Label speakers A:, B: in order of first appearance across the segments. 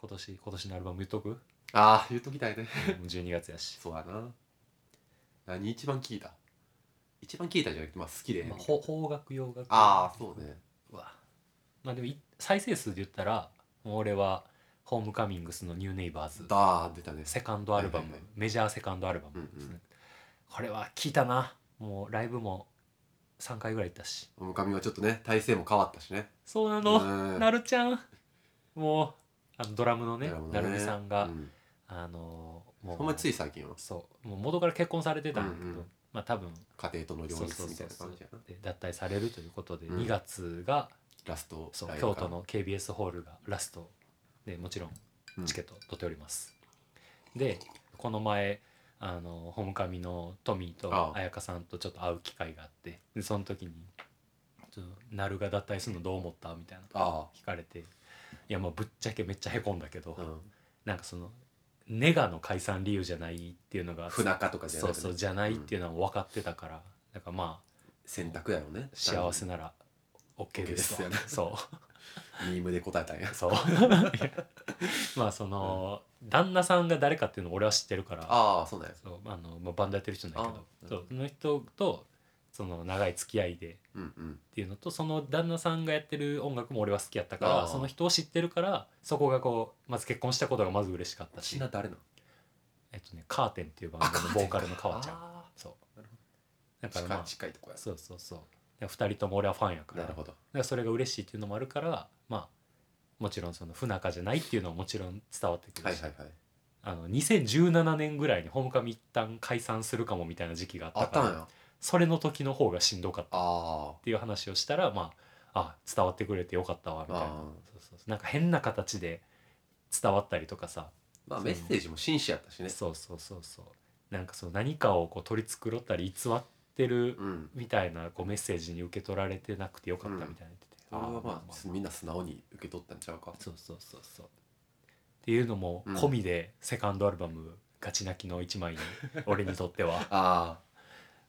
A: 今年今年のアルバム言っとくも
B: ああ言っときたいね
A: う12月やし、
B: そうやな何一番聞いた一番聞いたじゃなくてまあ好きで、
A: まあ、ほ邦楽洋楽
B: ああそうね
A: はまあでもい再生数で言ったらもう俺はホームカミングスのニューネイバーズ
B: だー出たね
A: セカンドアルバム、
B: はいはいはい
A: メジャーセカンドアルバムですね、
B: うんう
A: これは聞いたなもうライブも3回ぐらい行ったし
B: おもかみはちょっとね体勢も変わったしね
A: そうな
B: あ
A: の、なるちゃんもうあのドラムのねなるみさんが、
B: うん、
A: あのもう
B: ほんまについ最近は
A: そうもう元から結婚されてたんだけど、
B: うんうん
A: まあ多分
B: 家庭との両
A: そう
B: 立
A: そう
B: み
A: そ
B: たいうな
A: そう
B: 感じやな
A: で脱退されるということで、
B: うん
A: 2月が
B: ラスト
A: そう
B: ライブ
A: 京
B: か
A: 都の KBS ホールがラストでもちろん
B: うん
A: チケット取っております、でこの前あのホームカミのトミー
B: あ
A: と
B: あ
A: 彩香さんとちょっと会う機会があってでその時に「ちょっとなるが脱退するのどう思った?」みたいな
B: あ
A: 聞かれていやまあぶっちゃけめっちゃへこんだけど、
B: あ、うん、
A: なんかそのネガの解散理由じゃないっていうのが
B: 不仲とかじゃな
A: そ
B: く
A: う
B: て
A: そうじゃないっていうのは分かってたから、だからまあ
B: 選択やろね
A: 幸せなら OK ですわ
B: OK ですよね
A: そう
B: ミームで答えたんや
A: そう まあその、旦那さんが誰かっていうのを俺は知ってるから
B: ああそうだよ
A: そうあの、まあ、バンドやってる人なんだ
B: あ
A: けどそうその人とその長い付き合いでっ
B: うんうん
A: ていうのとその旦那さんがやってる音楽も俺は好きやったか
B: あ
A: ら
B: ー
A: その人を知ってるからそこがこうまず結婚したことがまず嬉しかった
B: ち
A: し
B: な誰なの
A: えっとねカーテンっていうバンドのボーカルの川ちゃん
B: あ
A: そう
B: なるほ
A: だ
B: ー
A: からまあ
B: 近いとこや
A: そうそうそうだから二人とも俺はファンやから
B: なるほど
A: だからそれが嬉しいっていうのもあるからまあもちろんその不仲じゃないっていうのはもちろん伝わってく
B: は
A: る
B: い
A: し、
B: はいはい
A: あの2017年ぐらいにホームカミ一旦解散するかもみたいな時期があっ
B: あ
A: た
B: っ
A: か
B: たん
A: ら
B: や
A: それの時の方がしんどかったっ
B: あ
A: ていう話をしたらまああ伝わってくれてよかったわみたいな
B: あー
A: そうそうそうなんか変な形で伝わったりとかさ、
B: まあメッセージも紳士やったしね
A: そうそうそうそうなんかその何かをこう取り繕ったり偽ってる
B: うん
A: みたいなこうメッセージに受け取られてなくてよかったみたいな言ってて、
B: それは
A: ー
B: まあみんな素直に受け取ったんちゃうか
A: そうそうそうそうっていうのも
B: うん
A: 込みでセカンドアルバム「ガチ泣き」の一枚に俺にとっては
B: ああ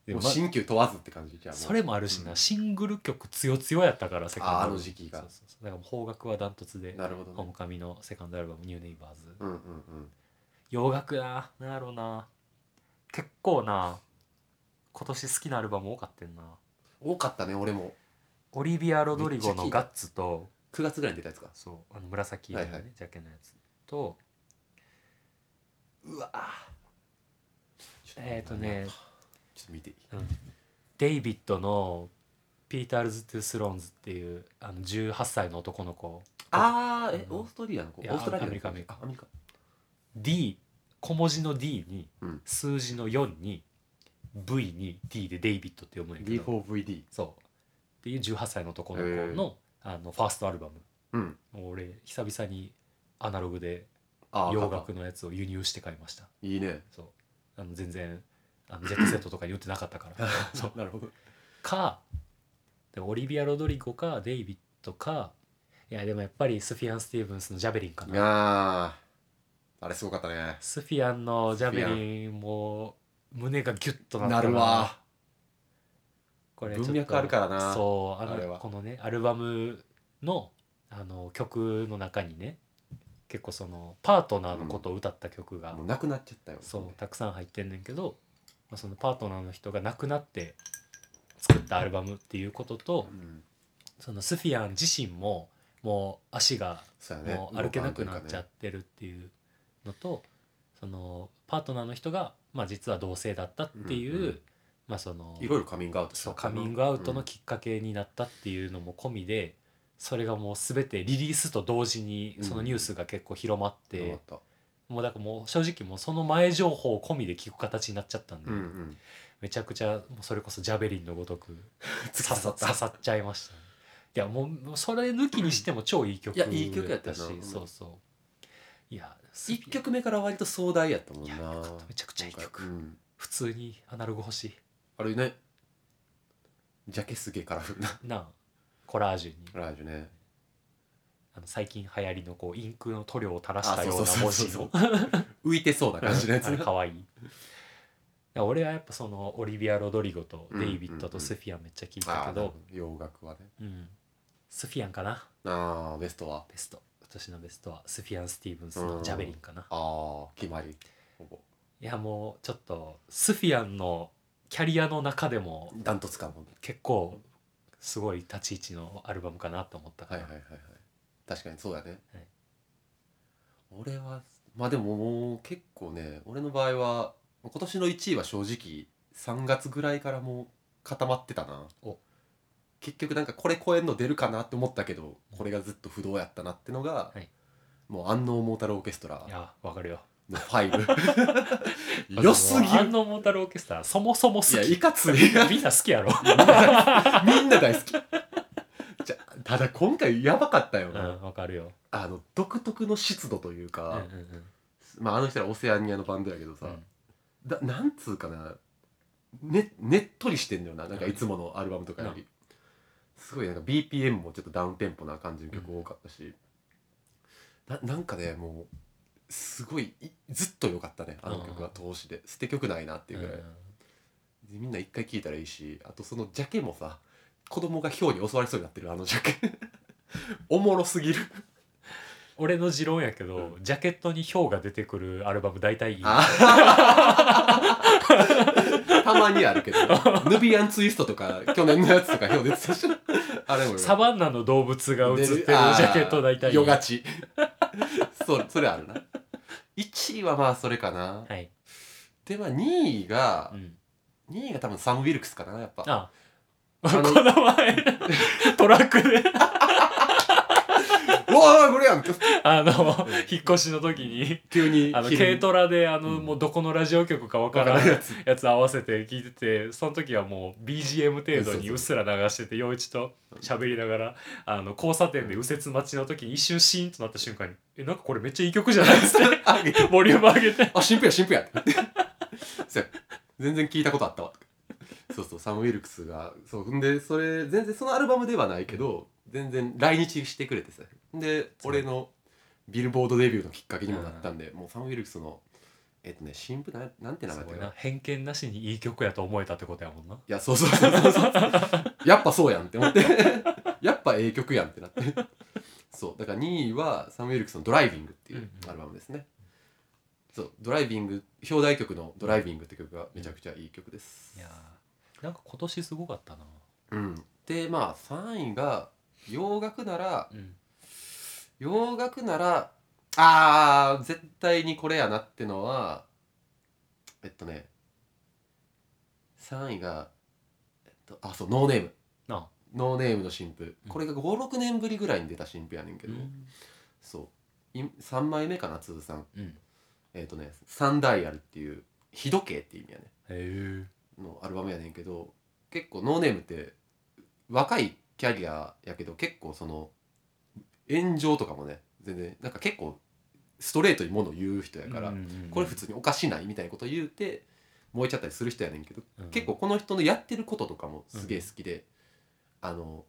A: で
B: もう
A: ま
B: 新旧問わずって感じじゃん
A: それもあるしな、シングル曲強強やったからセカンドアルバム
B: ああの時期が
A: そうそうそうだからもう邦楽はダントツで
B: なるほど
A: ホー
B: ね
A: ムカミのセカンドアルバム「ニューネイバーズ」
B: うんうんうん
A: 洋楽ななんやろうな結構な今年好きなアルバム多かったんな
B: 多かったね俺も
A: オリビア・ロドリゴ
B: めっちゃ聞
A: の「
B: いた
A: ガッツ」と
B: 9月ぐらいに出たやつか
A: そうあの紫色のね、
B: はいはい
A: ジャケのやつとうわえーとね
B: ちょっと見ていい
A: デイビッドの「ピーターズ・トゥ・スローンズ」っていうあの18歳の男の子
B: ああえ
A: うん
B: オーストリアの子オ
A: いや
B: ーストラリアの
A: ア
B: 子
A: メリカアメリカ
B: あアメリカ
A: D 小文字の D に
B: うん
A: 数字の4に V に D でデイビッドって読むんやけど
B: D4VD
A: そうっていう18歳の男の
B: へ
A: 子
B: ー
A: のあのファーストアルバム
B: うん
A: もう俺久々にアナログで
B: ああ
A: 洋楽のやつを輸入して買いました
B: いい ね
A: そうあの全然あの Z セットとかに売ってなかったから そう
B: なるほど
A: かでもオリビア・ロドリゴかデイビッドかいやでもやっぱりスフィアン・スティーブンスのジャベリンかな
B: あああれすごかったね
A: スフィアンのジャベリンも胸がギュッとなった
B: なるわ
A: これちょっと
B: 文脈あるからな
A: そうあの
B: あれは
A: このねアルバムのあの曲の中にね結構そのパートナーのことを歌った曲が、
B: もうなくなっちゃったよ
A: そうたくさん入ってんねんけど、まあ、そのパートナーの人が亡くなって作ったアルバムっていうことと
B: うん
A: そのスフィアン自身ももう足が
B: そうやね
A: もう歩けなくなっちゃっ
B: 動かんというかね
A: てるっていうのとそのパートナーの人が、まあ、実は同性だったっていう、
B: うんうん
A: まあ、その
B: いろいろカミングアウトし
A: そ
B: た
A: う
B: か
A: カ
B: ら
A: ミングアウト
B: う
A: の
B: ん
A: きっかけになったっていうのも込みで、それがもう全てリリースと同時にそのニュースが結構広まって。
B: よかっ
A: もうだからもう正直もうその前情報込みで聞く形になっちゃったん
B: た
A: で、
B: うんうん
A: めちゃくちゃもうそれこそジャベリンのごと く
B: 突き刺さった
A: 刺っちゃいましたね、いやもうもうそれ抜きにしても超いい曲
B: いやいい曲やったよ
A: し
B: な
A: そうそういやす
B: 一曲目から割と壮大やったもん
A: い
B: な
A: やよかっためちゃくちゃいい曲、
B: うん
A: 普通にアナログ欲し
B: あれねジャケすげえカラフ ルない
A: なあコラージュに
B: カラージュね
A: あの最近流行りのこうインクの塗料を垂らしたような
B: あそ
A: 文
B: うそう
A: 字
B: そう
A: の
B: そう浮いてそうな感じのやつ
A: あれ可愛いいや俺はやっぱそのオリビア・ロドリゴとデイビッドとスフィアめっちゃ聞いた
B: あ
A: けど、
B: ー洋楽はね
A: うん、スフィアンかな
B: ああベストは
A: ベスト年のベストはスフィアン・スティーブンスの「ジャベリン」かな、
B: ああ決まりほぼ
A: いやもうちょっとスフィアンのキャリアの中でも
B: ダントツかも
A: 結構すごい立ち位置のアルバムかなと思ったか
B: はい
A: ら、
B: はいはいはい確かにそうだね、
A: はい
B: 俺はまあでももう結構ね俺の場合は今年の1位は正直3月ぐらいからもう固まってたな
A: お
B: 結局なんかこれ超えるの出るかなって思ったけどこれがずっと不動やったなってのが、
A: はい
B: もう安納モータルオーケストラ
A: いやわかるよ
B: の 5良すぎ
A: 安
B: る
A: 納モータルオーケストラそもそも
B: いや
A: 好
B: い
A: き
B: かつい
A: みんな好き やろ、
B: みんな大好きじゃただ今回やばかったよ
A: うん、
B: な、
A: わかるよ、
B: あの独特の湿度という
A: うんうん
B: か、
A: うん
B: まあ、あの人らオセアニアのバンドやけどさ、
A: うん
B: だなんつうかなねねっとりしてんのよななんかいつものアルバムとかより、すごいなんか BPM もちょっとダウンテンポな感じの曲多かったし、ななんかねもうすごいいずっと良かったねあの曲は通しで捨て曲ないなっていうぐらい、
A: うん
B: でみんな一回聴いたらいいしあとそのジャケもさ子供がヒョウに襲われそうになってるあのジャケ おもろすぎる
A: 俺の持論やけど、ジャケットに氷が出てくるアルバム大体いい
B: あ たまにあるけど、ヌビアンツイストとか、去年のやつとか表出てたし、あれも
A: サバンナの動物が映ってるジャケット大体いい
B: よがち。そう、それあるな。1位はまあそれかな。
A: はい、
B: で、まあ2位が
A: う、ん、
B: 2位が多分サム・ウィルクスかな、やっぱ。
A: あ
B: あの
A: この前トラックで
B: うわあ、これやん
A: あの引っ越しの時 に
B: 急に。
A: あの
B: 昼
A: 軽トラであの、
B: うん
A: もうどこのラジオ局かわか
B: わから
A: な
B: ら
A: んい
B: や つ。
A: やつ合わせて聞いててその時はもう BGM 程度にうっすら流してて陽一と喋りながらあの交差点で右折待ちの時に一瞬シーンとなった瞬間に「えなんかこれめっちゃいい曲じゃない?」っ つって
B: あげて
A: ボリューム上げて
B: あ、新婦や、新婦や。そう全然聞いたことあったわ。そうそう、サム・ウィルクスが、そう、んで、それ、全然そのアルバムではないけど、全然来日してくれてさ。で、
A: そう
B: 俺のビルボードデビューのきっかけにもなったんで、もうサム・ウィルクスの、えっとね、新婦なん、なんて名
A: す
B: 前だっ
A: ご
B: け
A: い
B: な。
A: ない偏見なしにいい曲やと思えたってことやもんな
B: や、そうそうそうそうそう。やっぱそうやんって思って、やっぱええ曲やんってなって。そう、だから2位はサム・ウィルクスのドライビングっていうアルバムですね。そう、ドライビング、表題曲のドライビングって曲がめちゃくちゃいい曲です。
A: いやーなんか今年すごかったな
B: うん、でまあ3位が洋楽なら
A: うん
B: 洋楽ならあー絶対にこれやなってのはえっとね3位が、えっと、あそうノーネーム
A: なあ
B: ノーネームの新譜
A: うん
B: これが56年ぶりぐらいに出た新譜やねんけど、そうい3枚目かな通算
A: うん
B: えっとね「サンダイヤル」っていう「日時計」って意味やね
A: へえ
B: のアルバムやねんけど結構ノーネームって若いキャリアやけど結構その炎上とかもね全然なんか結構ストレートにものを言う人やから、これ普通におかしないみたいなこと言うて燃えちゃったりする人やねんけど、結構この人のやってることとかもすげえ好きで、あの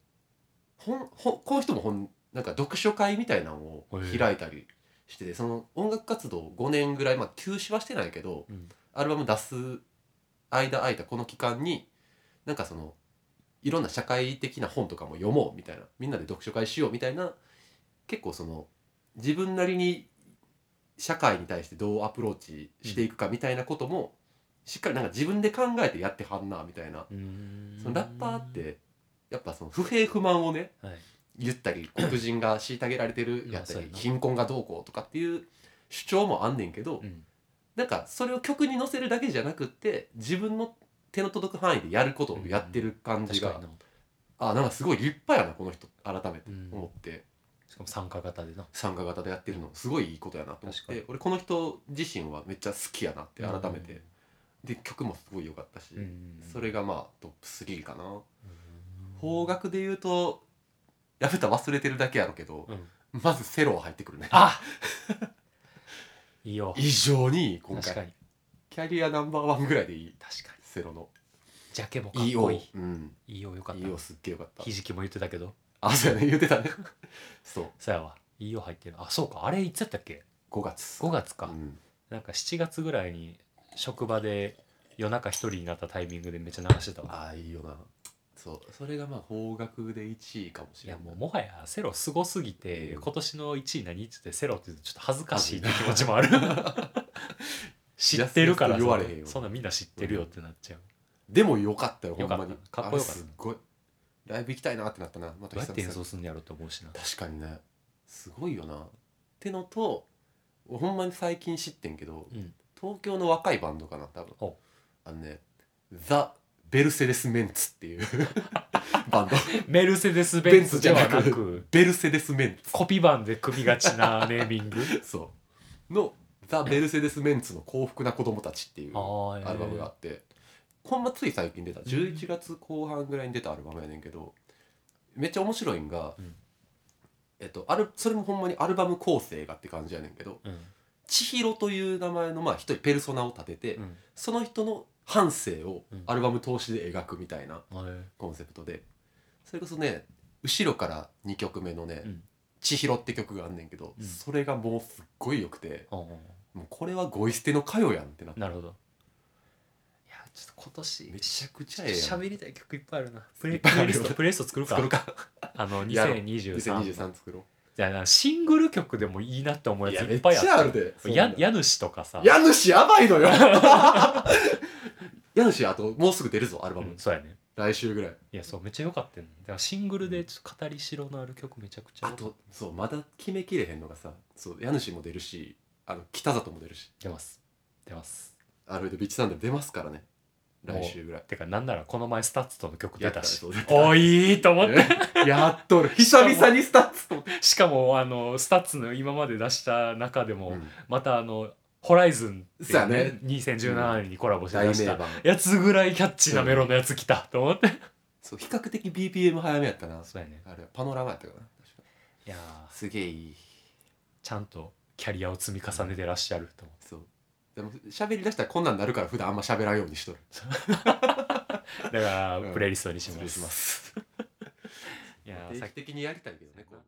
B: ほんほんこの人もほんなんか読書会みたいなのを開いたりしててその音楽活動5年ぐらいまあ休止はしてないけど、
A: うん
B: アルバム出す間空いたこの期間になんかそのいろんな社会的な本とかも読もうみたいなみんなで読書会しようみたいな結構その自分なりに社会に対してどうアプローチしていくかみたいなこともしっかりなんか自分で考えてやってはんなみたいな
A: うん
B: そのラッパーってやっぱその不平不満をね
A: はい
B: 言ったり黒人が虐げられてるやった
A: まあそう
B: り
A: やな
B: 貧困がどうこうとかっていう主張もあんねんけど
A: うん
B: なんかそれを曲に乗せるだけじゃなくって自分の手の届く範囲でやることをやってる感じ
A: 確
B: が、
A: かにな
B: あなんかすごい立派やなこの人改め
A: う
B: て
A: ん
B: 思って
A: しかも参加型でな
B: 参加型でやってるのすごいいいことやなと思
A: 確
B: っ
A: かに
B: て俺この人自身はめっちゃ好きやなって改めて、で曲もすごい良かったし、
A: うんうんうん
B: それがまあトップ3かな
A: うん
B: 邦楽で言うとやめた忘れてるだけやろうけど
A: うん
B: まずセロー入ってくるね
A: あいいよ
B: 異常にいい今
A: 確か
B: 回
A: に
B: キャリアナンバーワンぐらいでいい
A: 確かに
B: セロの
A: ジャケもかっこ
B: EO
A: い
B: うん
A: いいいよよかった
B: EO すっげえよかった
A: ひじきも言ってたけど
B: あ、そうやね、言ってたね。 そう、
A: そやわいいよ入ってるあそうかあれいつやったっけ
B: 5月。
A: 5月か、
B: うん
A: なんか7月ぐらいに職場で夜中一人になったタイミングでめっちゃ流してたわ
B: ああ、いいよな。そうそれがまあ邦楽で1位かもし
A: い
B: れ
A: や
B: ない
A: もうもはやセロすごすぎて、
B: うん
A: 今年の1位何っつってセロって言うとちょっと恥ずかしいって気持ちもある 知ってるから
B: やすやすと言われへんよ
A: そんなんみんな知ってるよってなっちゃう、
B: でもよかったよほんま
A: よか
B: に
A: ったかっこよかった
B: あれすごいライブ行きたいなってなったなまた
A: どうやっ
B: 久
A: て演
B: 々
A: 奏すんのやろうと思うしな
B: 確かにねすごいよなってのとほんまに最近知ってんけど
A: うん
B: 東京の若いバンドかな多分
A: ほ
B: あのねザ・ベルセデス・メンツっていう バンド
A: メルセデス・ベンツではな
B: ベンツじゃな
A: く
B: ベルセデス・メン
A: コピー版で組みがちなネーミン グ
B: ツそうのザ・ベルセデス・メンツの幸福な子供たちっていう
A: あー
B: アルバムがあって、ほんまつい最近出た11月後半ぐらいに出たアルバムやねんけどめっちゃ面白いんが、
A: うん
B: えっと、あるそれもほんまにアルバム構成がって感じやねんけど
A: えーうん
B: 千尋という名前のまあ一人ペルソナを立てて、
A: うん
B: その人の半生を
A: うん
B: アルバム通しで描くみたいな
A: あれ
B: コンセプトでそれこそね後ろから2曲目のね
A: うん
B: 「千尋」って曲があんねんけど、
A: うん
B: それがもうすっごい良くて
A: あ
B: もうこれはゴイ捨ての歌謡やんってなって
A: なるほどいやちょっと今年
B: めちゃくちゃええやん
A: 喋りたい曲いっぱいあるなプ
B: い
A: レ
B: っぱい
A: プ
B: あ
A: レイ
B: る
A: リ
B: よ
A: ストプレイリスト作るか
B: 作るか
A: あの
B: やろう
A: 2023
B: 2023作ろ
A: じゃあシングル曲でもいいなって思
B: う
A: う
B: い
A: や
B: や
A: つい
B: めっ
A: っ
B: ち
A: ぱい
B: ゃあ
A: あ
B: る
A: る
B: でそんな
A: や家主とかさ
B: 家主やばい のよ家主あともうすぐ出るぞアル
A: う
B: バム、
A: んそうやね
B: 来週ぐらい
A: いやそうめっちゃ良かったよねだからシングルでちょっと語りしろのある曲めちゃくちゃ
B: あとそうまだ決めきれへんのがさそう家主も出るしあの北里も出るし
A: 出ます出ます
B: アルフェド・ビッチサンダー出ますからね
A: もう
B: 来週ぐらい
A: てかなんならこの前スタッツとの曲出たし
B: やった
A: おいいと思って
B: やっとる久々にスタッツと、
A: しかもあのスタッツの今まで出した中でも、
B: うん
A: またあの「ホライズンってい
B: そうやね
A: 2017年にコラボして
B: 大
A: 出し
B: 名
A: た
B: 盤
A: やつぐらいキャッチーなメロのやつ来たと思って
B: そう比較的 BPM 早めやったな
A: そうやね
B: あれパノラマやったかな確か
A: いやー
B: すげえいい
A: ちゃんとキャリアを積み重ねてらっしゃると思
B: そうでも喋りだしたらこんなんなるから普段あんま喋らんようにしとる
A: ってだから
B: うん
A: プレイリストにし
B: 失
A: ま
B: 礼
A: す
B: します
A: いやー
B: 定
A: さっ
B: 期的にやりたいけどねこういうの